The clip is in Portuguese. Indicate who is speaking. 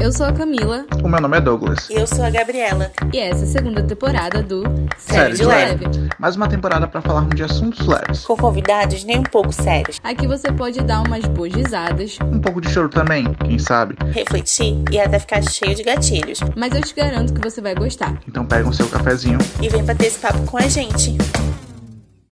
Speaker 1: Eu sou a Camila
Speaker 2: O meu nome é Douglas.
Speaker 3: E eu sou a Gabriela.
Speaker 1: e essa é a segunda temporada do
Speaker 2: Série
Speaker 1: Série
Speaker 2: de
Speaker 1: de
Speaker 2: Leve.
Speaker 1: Leve.
Speaker 2: Mais uma temporada pra falarmos de assuntos leves.
Speaker 3: Com convidados nem um pouco sérios.
Speaker 1: Aqui você pode dar umas boas risadas,
Speaker 2: Um pouco de choro também, quem sabe?
Speaker 3: Refletir e até ficar cheio de gatilhos.
Speaker 1: mas eu te garanto que você vai gostar.
Speaker 2: Então pega o seu cafezinho.
Speaker 3: E vem bater esse papo com a gente.